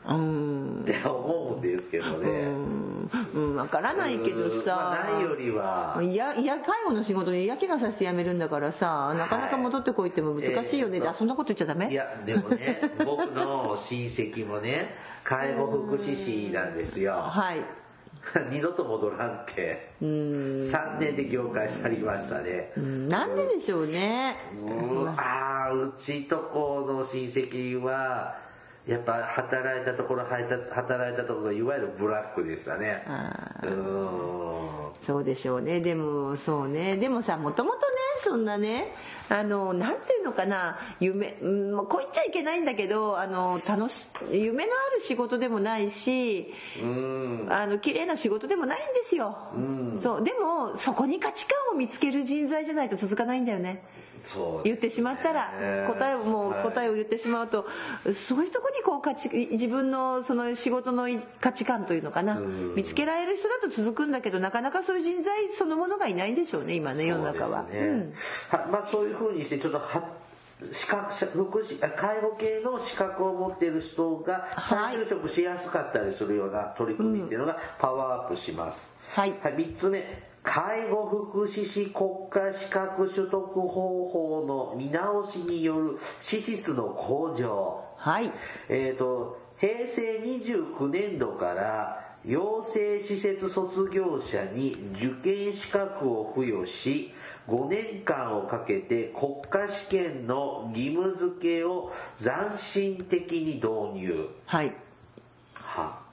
うん
って思うんですけどね、
うん、うん、分からないけどさ、
まあないよりはい
やいや介護の仕事に嫌気がさせて辞めるんだからさなかなか戻ってこいっても難しいよね、
ええ
であそんなこと言っちゃダメ
いやでもね僕の親戚もね介護福祉士なんですよ
はい
二度と戻らんって
うん
3年で業界去りましたね
うんなんででしょうね
うあーうちとこの親戚はやっぱ働いたところ配達働いたところがいわゆるブラックでしたね
あ
うーん
そうでしょうねでもそうねでもさもともとねそんなねあのなんていうのかな夢、うん、もうこう言っちゃいけないんだけどあの楽し夢のある仕事でもないし
うん
あの綺麗な仕事でもないんですよ、
うん
そうでもそこに価値観を見つける人材じゃないと続かないんだよね
そう
言ってしまったら答えをもう答え
を
を言ってしまうとそういうとこにこう価値自分のその仕事の価値観というのかな
うん
見つけられる人だと続くんだけどなかなかそういう人材そのものがいないんでしょうね今ね世の中は
そうですねはまあそういうふうにしてちょっとは資格者福祉あ介護系の資格を持っている人が
は
再
い
就職しやすかったりするような取り組みっていうのがパワーアップします、
はい
はい、3つ目介護福祉士国家資格取得方法の見直しによる資質の向上
はい
えー、と平成29年度から養成施設卒業者に受験資格を付与し5年間をかけて国家試験の義務付けを斬新的に導入
はい
は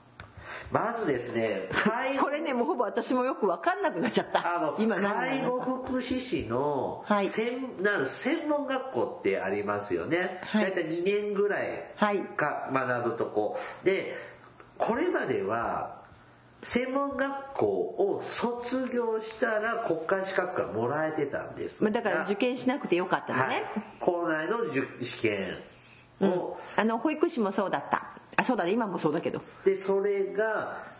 まずですね介護
これねもうほぼ私もよく分かんなくなっちゃった
あの
今何な
介
の
護
か
福祉士の
はい
専なる専門学校ってありますよね、
はい
だいたい2年ぐらい
はい
か学ぶとこでこれまでは専門学校を卒業したら国家資格がもらえてたんです
ま
が
あだから受験しなくてよかったの
は
ね
い、校内の受試験を、
あの保育士もそうだったあそうだね今もそうだけど
でそれが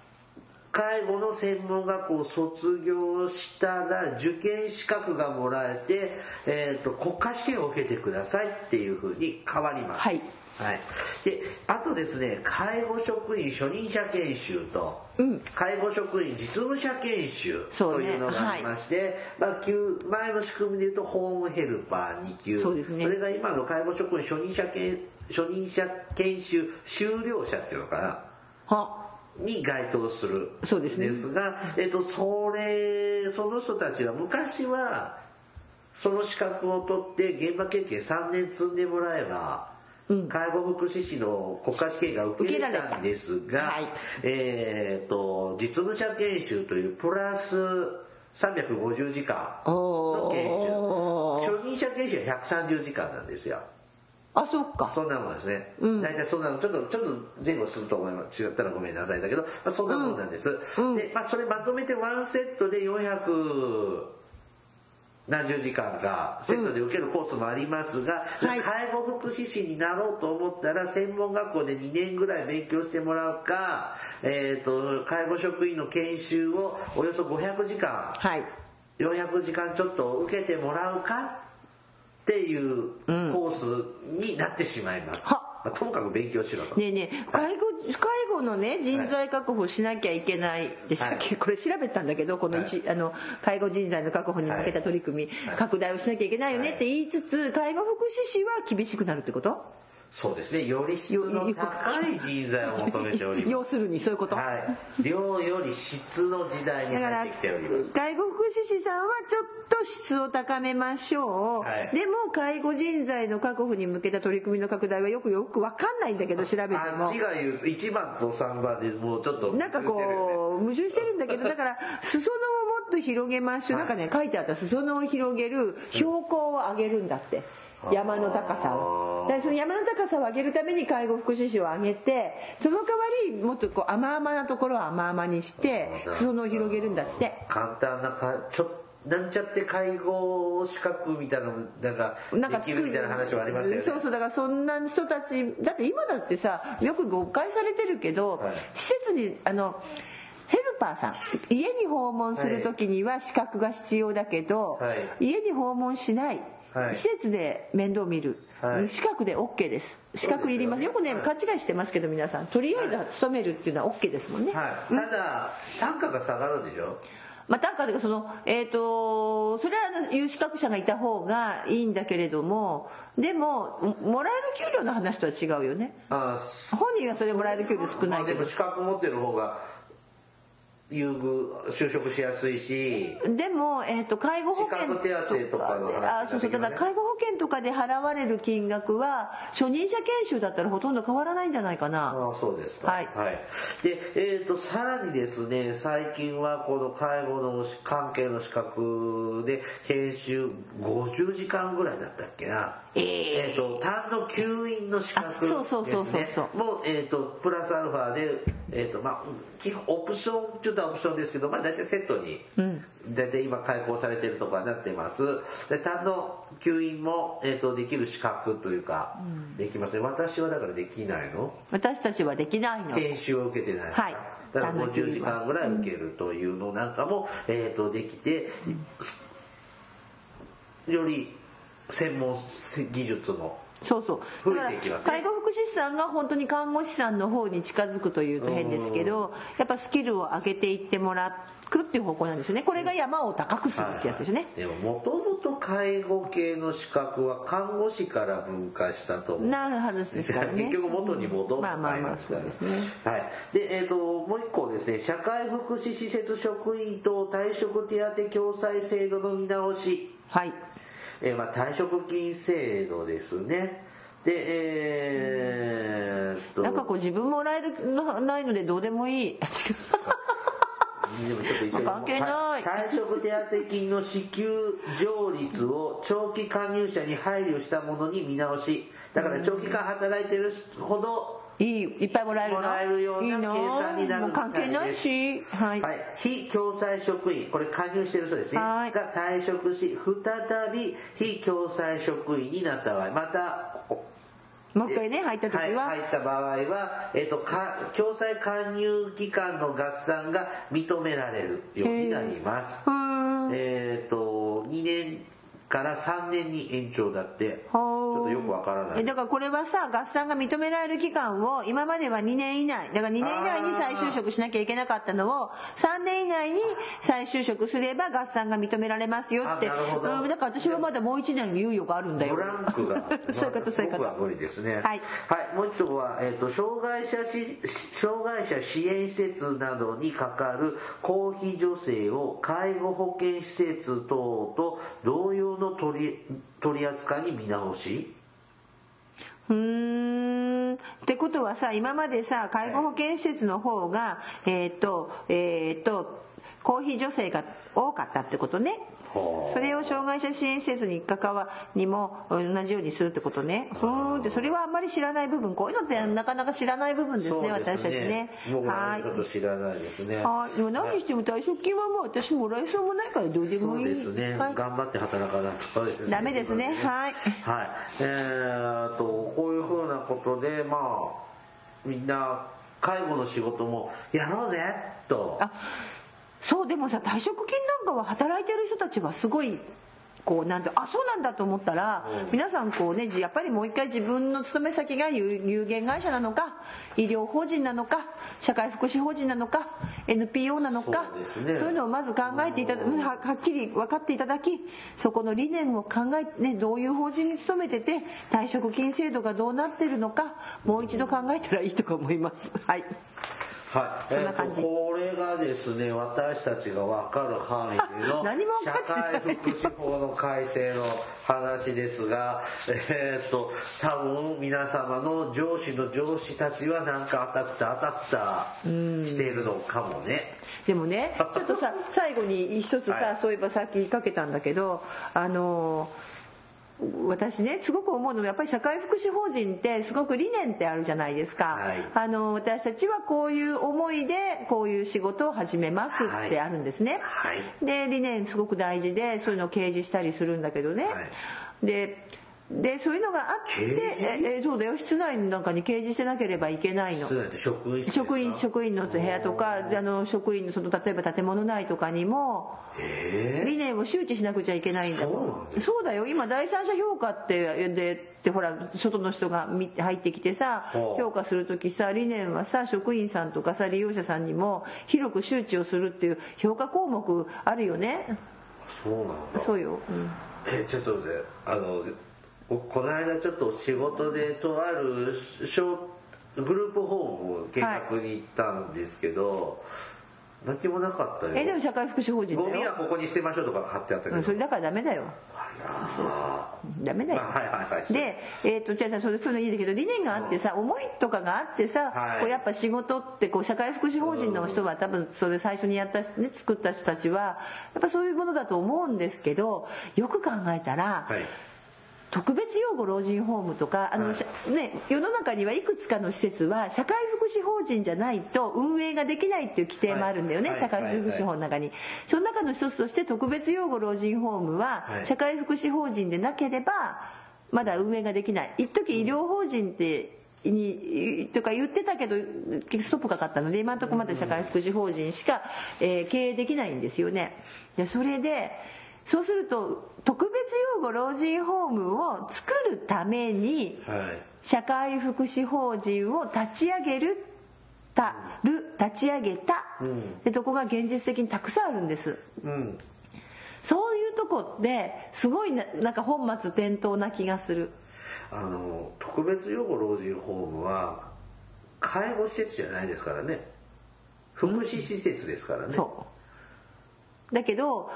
介護の専門学校を卒業したら受験資格がもらえて、えー、と国家試験を受けてくださいっていうふうに変わります。
はい
はい、であとですね介護職員初任者研修と、
うん
介護職員実務者研修
そう
と
ね
いうのがありまして、まあ、旧前の仕組みでいうとホームヘルパー2級
そうですね
れが今の介護職員初任者研初任者研修修了者っていうのかな
は
に該当する
そうですね
が、えっと、それその人たちは昔はその資格を取って現場経験3年積んでもらえば、介護福祉士の国家試験が受けられたんですが、
はい
えっと実務者研修というプラス350時間の研
お
修初任者研修は130時間なんですよ。
あそっか
そんなもんですね。大体そんなの、ちょっと、ちょっと前後すると思います。違ったらごめんなさいだけど、まあ、そんなもんなんです。で、まあ、それまとめてワンセットで400、何十時間かセットで受けるコースもありますが、
うんはい
介護福祉士になろうと思ったら専門学校で2年ぐらい勉強してもらうか、えっ、と、介護職員の研修をおよそ500時間
はい
400時間ちょっと受けてもらうかっていうコースになってしまいます、
は
まあともかく勉強しろと、
ねえねえ介護介護のね人材確保しなきゃいけないでしたっけ、
は
これ調べたんだけどこの一、あの介護人材の確保に向けた取り組み、
はい
拡大をしなきゃいけないよね
はい
って言いつつ介護福祉士は厳しくなるってこと
そうですねより質の高い人材を求めており
要
ます
するにそういうこと、
はい、量より質の時代に
だか
入って
ら
きております
介護福福祉士さんはちょっと質を高めましょう、
はい
でも介護人材の確保に向けた取り組みの拡大はよくよく分かんないんだけど調べて
あ
も
っちが言うと1番と3番でもうちょっと
なんかこう矛盾してるんだけどだから裾野をもっと広げましょうなんかね書いてあった裾野を広げる標高を上げるんだって山の高さをだからその山の高さを上げるために介護福祉士を上げてその代わりもっとこう甘々なところを甘々にして裾野を広げるんだって
簡単なかちょなんちゃって介護資格みたいなのなんか
なんか
できるみたいな話はありますよね
そうそうだからそんな人たちだって今だってさよく誤解されてるけど、
はい
施設にあのヘルパーさん家に訪問する時には資格が必要だけど、
は
家に訪問しない、
はい
施設で面倒見る、
はい
資格で OK です資格いりますよ
そうですよ
くね
ね
勘違いしてますけど皆さんとりあえず勤めるっていうのは OK ですもんね、
はい、ただ単価が下がるでしょ
まあ、単価というかその、えー、とそれはあの有資格者がいた方がいいんだけれどもでもももらえる給料の話とは違うよね
あー
本人はそれもらえる給料少
ま
ない
あ
け
で
ど
も資格持ってる方が優遇就職しやすいし
でも、えー、と介護保険
資格手当とかの話
であそうそう
だけど
た
ね
だ介護保険とかで払われる金額は初任者研修だったらほとんど変わらないんじゃないかな、
ああそうですか
はい
でえー、とさらにですね最近はこの介護の関係の資格で研修50時間ぐらいだったっけな
えー
えー、と単の吸引の資格
あそうそうそうそうそう
ですねもう、えー、とプラスアルファで、えーとまあ、基本オプションちょっとはオプションですけど、まあ、大体セットに、大体今開講されてるとかになってますで単の吸引も、えー、とできる資格というか、できますね私はだからできないの
私たちはできないの
研修を受けてない
はい
だから50時間ぐらい受けるというのなんかも、えー、とできて、より専門技術も
そうそう。
増
だから
えていきますね
介護福祉士さんが本当に看護師さんの方に近づくというと変ですけど、やっぱスキルを上げていってもらうっていう方向なんですよね。これが山を高くするってやつですね。
でももともと介護系の資格は看護師から分解したと思う
な話ですからね。
結局元に戻って
まあまあまあそうですね。
はい。で、えっ、と、もう一個ですね、社会福祉施設職員等退職手当共済制度の見直し。
はい。
えーまあ、退職金制度ですね。で、えーっと、
なんかこう自分もらえるのないのでどうでもいい。 違
で
う
もちょっと一緒に
関係ない
はい退職手当金の支給上率を長期加入者に配慮したものに見直し。だから長期間働いてるほど、
いいいっぱいもらえるの。
もらえるようない
いの
計算になる
もう
みた
関
いです
係ないし。はい。
はい、非共済職員、これ加入してる人ですね、
はい
が退職し、再び非共済職員になった場合、また、ここ
もう一回ね入った時は、
い入った場合は、えっとか共済加入期間の合算が認められるようになります。
うーん。
えっと2年から3年に延長だってち
ほー
ょっとよくわからな
え
い
だからこれはさ合算が認められる期間を今までは2年以内だから2年以内に再就職しなきゃいけなかったのを3年以内に再就職すれば合算が認められますよって
あなるほど
うんだから私はまだもう1年猶予があるんだよ
ブラン クが
そういうことそういうこ
僕は
と
無理ですね
はい
もう一つは、えっと障害者し障害者支援施設などにかかる公費助成を介護保険施設等と同様の取り取り扱いに見直し
うーんってことはさ今までさ介護保険施設の方がえっ、とえっ、と公費助成が多かったってことね
ほう
それを障害者支援施設に関わにもうん同じようにするってことねふーんってそれはあんまり知らない部分こういうのってなかなか知らない部分ですね私たちね
僕
は
はちょっ
い
と知らないですね
はいでも何しても退職金はもう私もらえそうもないからどうで
そ
も
う
いい
ですね、
はい、
頑張って働かないとですね
ダメですねは
は
い
いえー、とこういうふうなことでまあみんな介護の仕事もやろうぜと
あそうでもさ退職金なんかは働いてる人たちはすごいこうなんてあそうなんだと思ったら
うん
皆さんこうねじやっぱりもう一回自分の勤め先が有有限会社なのか医療法人なのか社会福祉法人なのか NPO なのか
そうですね
そういうのをまず考えていただ
うん
ははっきり分かっていただきそこの理念を考えねどういう法人に勤めてて退職金制度がどうなってるのかもう一度考えたらいいとか思います。はい
はい、
そんな感
え
じ
っとこれがですね私たちが分かる範囲での
何も分
社
かってない
会福祉法の改正の話ですがえっと多分皆様の上司の上司たちはなんか当たった当たったしているのかもね
で もねちょっとさ最後に一つさ、
はい
そういえばさっき言いかけたんだけどあの私ねすごく思うのはやっぱり社会福祉法人ってすごく理念ってあるじゃないですか、
はい
あの私たちはこういう思いでこういう仕事を始めます
は
っ
い
てあるんですね、
はい
で理念すごく大事でそういうのを掲示したりするんだけどね、
はい
ででそういうのがあって
掲示
ええそうだよ室内なんかに掲示してなければいけないの
そうやって職員室ですか
職員職員の部屋とかあの職員のその例えば建物内とかにも
え
理念を周知しなくちゃいけないんだ
そう
も
なん
ん
です
そうだよ今第三者評価ってでってほら外の人が見入ってきてさ
ほう
評価する時さ理念はさ職員さんとかさ利用者さんにも広く周知をするっていう評価項目あるよね
ー、そうなんだ
そうよ、うん
えちょっとねあの僕この間ちょっと仕事でとある小グループホーム見学に行ったんですけど、何もなかったよ
えでも社会福祉法人
ゴ
だ
ミは
よ
ここに捨てましょうとか貼ってあったけど、
うんそれだからダメだよ
あ
ダメだ
らー
よ、
まあはいはいはい
で、えー、とじゃあそれそういうのいいんだけど理念があってさ、思いとかがあってさ、
はい
こうやっぱ仕事ってこう社会福祉法人の人は多分それ最初にやった、ね、作った人たちはやっぱそういうものだと思うんですけどよく考えたら、
はい
特別養護老人ホームとかあの、
はい
しゃね、世の中にはいくつかの施設は社会福祉法人じゃないと運営ができないっていう規定もあるんだよね、
はい
社会福祉法の中に、その中の一つとして特別養護老人ホームは
はい
社会福祉法人でなければまだ運営ができない一時医療法人ってにとか言ってたけど結局ストップかかったので今のところまで社会福祉法人しか、えー経営できないんですよねでそれでそうすると特別養護老人ホームを作るために
はい
社会福祉法人を立ち上げるたる立ち上げた、
うん
でとこが現実的にたくさんあるんです
うん
そういうとこってすごいななんか本末転倒な気がする
あの特別養護老人ホームは介護施設じゃないですからね福祉施設ですからね、
そうだけど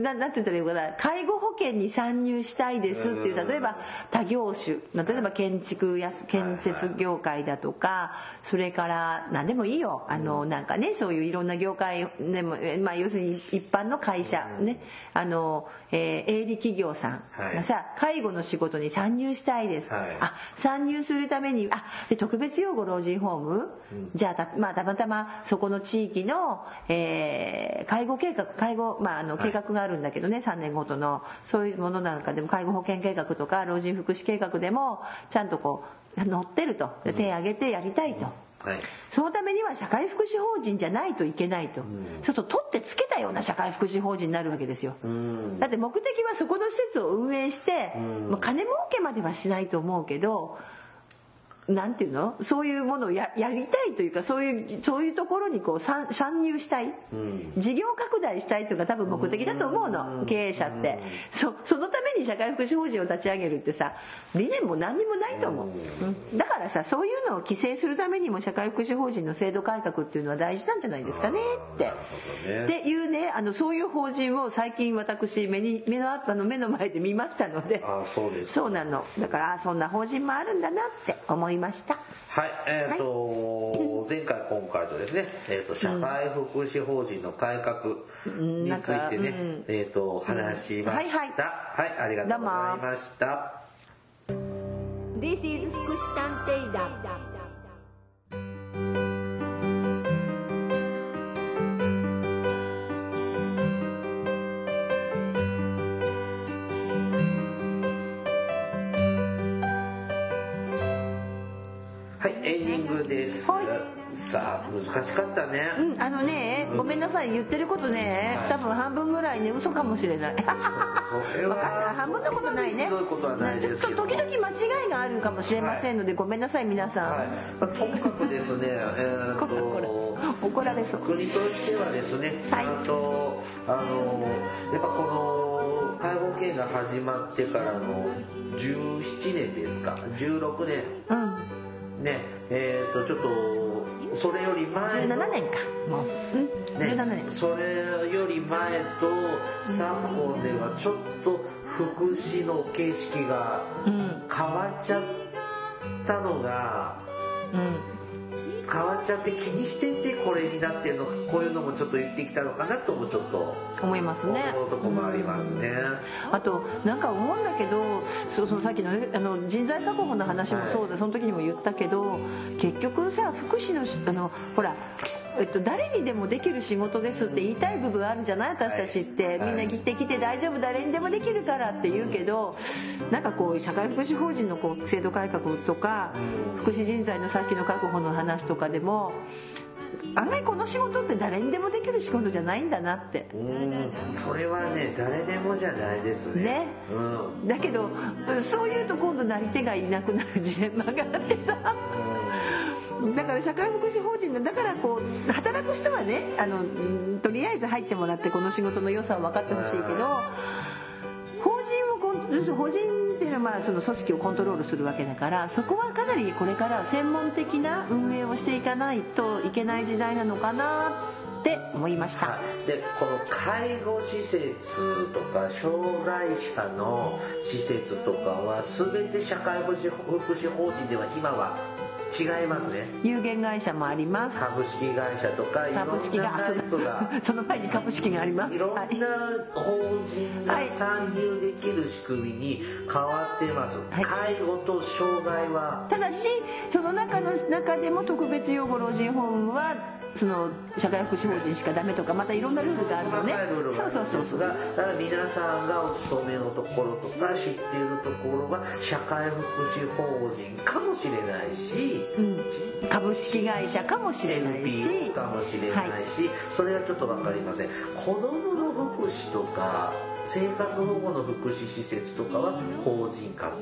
ななんて言ったらいいのかな介護保険に参入したいですっていう
うん
例えば他業種まあ例えば建築や建設業界だとかそれから何でもいいよあのなんかねそういういろんな業界でも、えまあ、要するに一般の会社ねあの、えー営利企業さんがさ介護の仕事に参入したいです、
はい
あ参入するためにあで特別養護老人ホーム、じゃあた,、まあ、たまたまそこの地域の、えー介護計画介護、まあ、あの
は
計
い
画があるんだけどね、3年ごとのそういうものなんかでも介護保険計画とか老人福祉計画でもちゃんとこう載ってるとで手挙げてやりたいと。
はい
そのためには社会福祉法人じゃないといけないと、ちょっと取ってつけたような社会福祉法人になるわけですよ、
うん
だって目的はそこの施設を運営して、
ん
もう金儲けまではしないと思うけどなんていうのそういうものをややりたいというかそういうそういうところにこう参参入したい、
うん
事業拡大したいというか多分目的だと思うの、経営者って、そそのために社会福祉法人を立ち上げるってさ理念も何にもないと思う、うんだからさそういうのを規制するためにも社会福祉法人の制度改革っていうのは大事なんじゃないですかねって。
なるほどね
っていうねあのそういう法人を最近私目に目のあったの目の前で見ましたので
ああそうです
そうなのだからあそんな法人もあるんだなって思いました
はい、えーと前回今回とですね、えー、と社会福祉法人の改革についてね、
うん
えー、と話しました、
うんはい
はいありがとうございました。
This is 福祉探偵団。
はい、エンディングです。
はい
さあ、難しかったね。
うんあのねごめんなさい言ってることね
はい
多分半分ぐらいね嘘かもしれない
これ
わかんない半分のことないね
ひどいことはない
ち
で
ょっ
す
と
けど。
時々間違いがあるかもしれませんので、ごめんなさい皆さん、
はい、とにかくですね、えー、
こらこ
と。
ら怒られそう
国としてはですね、
はい
あとあのやっぱこの介護保険が始まってからの17年ですか16年
うん
ねえー、とちょっとそれより前の
17年かもう、うん、
ね
17年
それより前と昨今ではちょっと福祉の景色が
うん
変わっちゃったのが
うん
変わっちゃって気にしててこれになってるのかこういうのもちょっと言ってきたのかなともちょっと
思います
思
ね
うとこもありますね。
あとなんか思うんだけどそうそうさっきの,、ね、あの人材確保の話もそうで、その時にも言ったけど結局さ福祉のしあのほら、えっと、誰にでもできる仕事ですって言いたい部分あるじゃない私たちって、
はい
みんな生きてきて大丈夫誰にでもできるからって言うけどなんかこう社会福祉法人のこう制度改革とか福祉人材のさっきの確保の話とかでも案外この仕事って誰にでもできる仕事じゃないんだなって。
うんそれはね誰でもじゃないですね。
ね
うんうん
だけどそういうと今度なり手がいなくなるジレンマがあってさだから社会福祉法人のだからこう働く人はねあのうんとりあえず入ってもらってこの仕事の良さを分かってほしいけど法人をコン要するに法人っていうのはまあその組織をコントロールするわけだからそこはかなりこれから専門的な運営をしていかないといけない時代なのかなって思いました。
はい、でこの介護施設とか障害者の施設とかは全て社会福祉福祉法人では今は違いますね
有限会社もあります。
株式会社とかいろ
株式
んな
が
タイプが
あ その前に株式があります。
いろんな
はい
法人が参入できる仕組みに変わってます、
はい
介護と障害は
ただしその中の中でも特別養護老人ホームはその社会福祉法人しかダメとかまたいろんなルールがあるの
細
ね
かいルール
そ
があ
うそう
るん
そう
です
そ
が
う
だから皆さんがお勤めのところとか知っているところは社会福祉法人かもしれないし、
うん、株式会社かもしれないし
NPO かもしれない
はい
し、それはちょっと分かりません子どもの福祉とか生活保護の福祉施設とかは法人格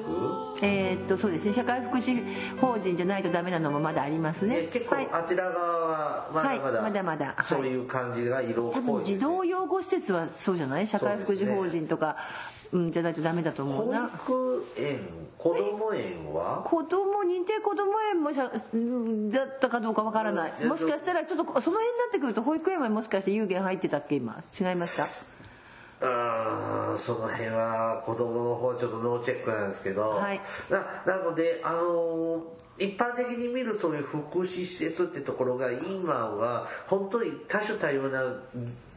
えーっとそうですね社会福祉法人じゃないとダメなのもまだありますね
で結構
はい
あちら側はまだまだ,、
はいまだまだはい
そういう感じが色
多
っぽ
分
い
児童養護施設はそうじゃない社会福祉法人とか、うん、じゃないとダメだと思う
保
な
育園子ども園は
子供認定子ども園もしゃうんだったかどうかわからな
う
い
ん
もしかしたらちょっとその辺になってくると保育園はもしかして有限入ってたっけ今違いました
うーんその辺は子供の方はちょっとノーチェックなんですけど、
はい
ななのであのー一般的に見るそういう福祉施設ってところが今は本当に多種多様な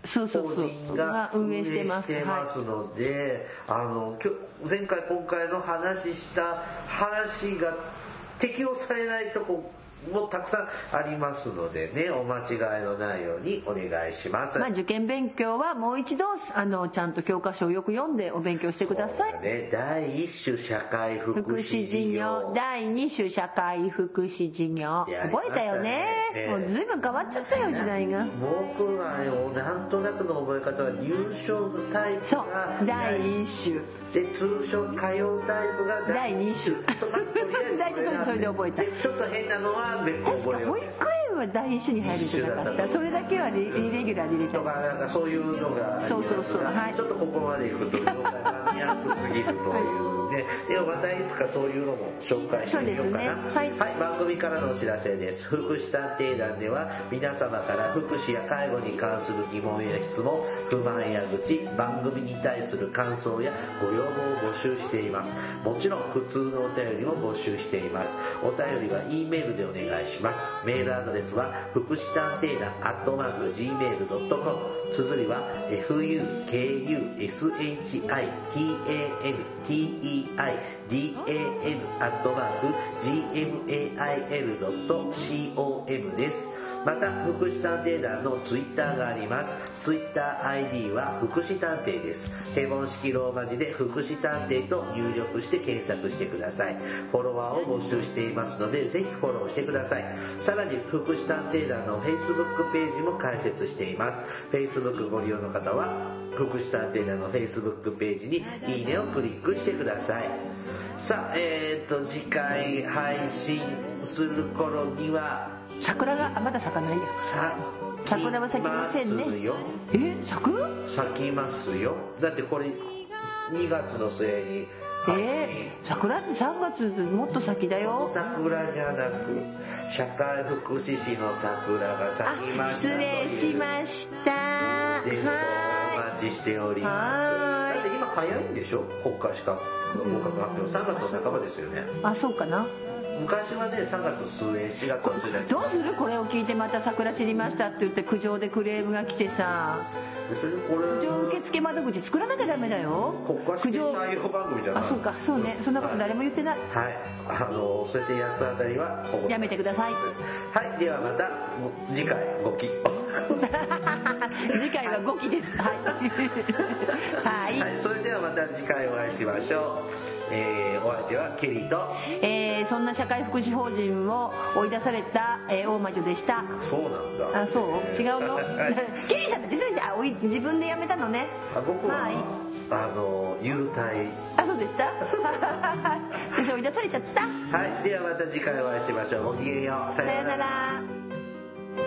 そうそう
法
そう
人が
が運営してます
運営してますので、あの今日前回今回の話した話が適用されないとこもたくさんありますのでねお間違いのないようにお願いします。
まあ、受験勉強はもう一度あのちゃんと教科書をよく読んでお勉強してください
ね、第一種社会福
福
祉
祉事
事
業
業
第2種社会福祉事業
やりま
覚
したね
えたよね
ええ
もう随分変わっちゃったよ時代が
僕はねなんとなくの覚え方は入賞タイプ
そう
が
第1種
で通称歌謡タイプが
第二種
とかとりあえず
大体それで覚えた
でちょっと変なのは別個
確か
覚えよ
保
う
育園は第1種に入るんじゃなかったそれだけはリイレギュラーで入れた
とかなんかそういうのがありますが
そうそうそうはい
ちょっとここまで行くと動画がマニアックすぎるというねでもまたいつかそういうのも紹介してみようかな
そうですねはい
番組からのお知らせです福祉探偵団では皆様から福祉や介護に関する疑問や質問不満や愚痴番組に対する感想やご要望を募集していますもちろん普通のお便りも募集していますお便りは E メールでお願いしますメールアドレスは福祉探偵団アットマーク Gmail.com 綴りは fukushitanteidan アットマーク gmail.com ですまた福祉探偵団のツイッターがありますツイッター ID は福祉探偵ですヘボン式ローマ字で福祉探偵と入力して検索してくださいフォロワーを募集していますのでぜひフォローしてくださいさらに福祉探偵団の Facebook ページも開設しています Facebook ご利用の方は福祉探偵団の Facebook ページに「いいね」をクリックしてくださいさあえー、と次回配信する頃には
桜があまだ咲かないや
さ
桜は咲きませんね
咲きますよ
え咲く
咲きますよだってこれ2月の末に
えー、桜って3月もっと先だよ
桜じゃなく社会福祉士の桜が
あ
咲きましたと
失
いう
礼しました
伝統を
は
お待ちしております
はーい
だって今早いんでしょ国家資格合格発表3月の半ばですよね
ーいあそうかな
昔はね3月末4月の1日
どうするこれを聞いてまた桜知りましたって言って苦情でクレームが来てさ
それでこ
苦情
れ
受付窓口作らなきゃダメだよ
国家試
苦
験
情
採用番組じゃない
あそうかそうねそんなこと誰も言ってない
はいあのそれで八つ当たりはここ
やめてください
はいではまたご次回ごき
次回は5期ですはいはい、
はいそれではまた次回お会いしましょう、えー、お相手はケリーと
えーそんな社会福祉法人を追い出された、えー大魔女でした
そうなんだ
あそう違うの ケリーさんって自分であおい自分で辞めたのね
あ僕は、
はい
あの優待
あそうでした 私追い出されちゃった
はいではまた次回お会いしましょうごきげんようさ
さよ
よう
うな
なら
ら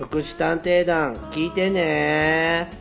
福祉探偵団聞いてねー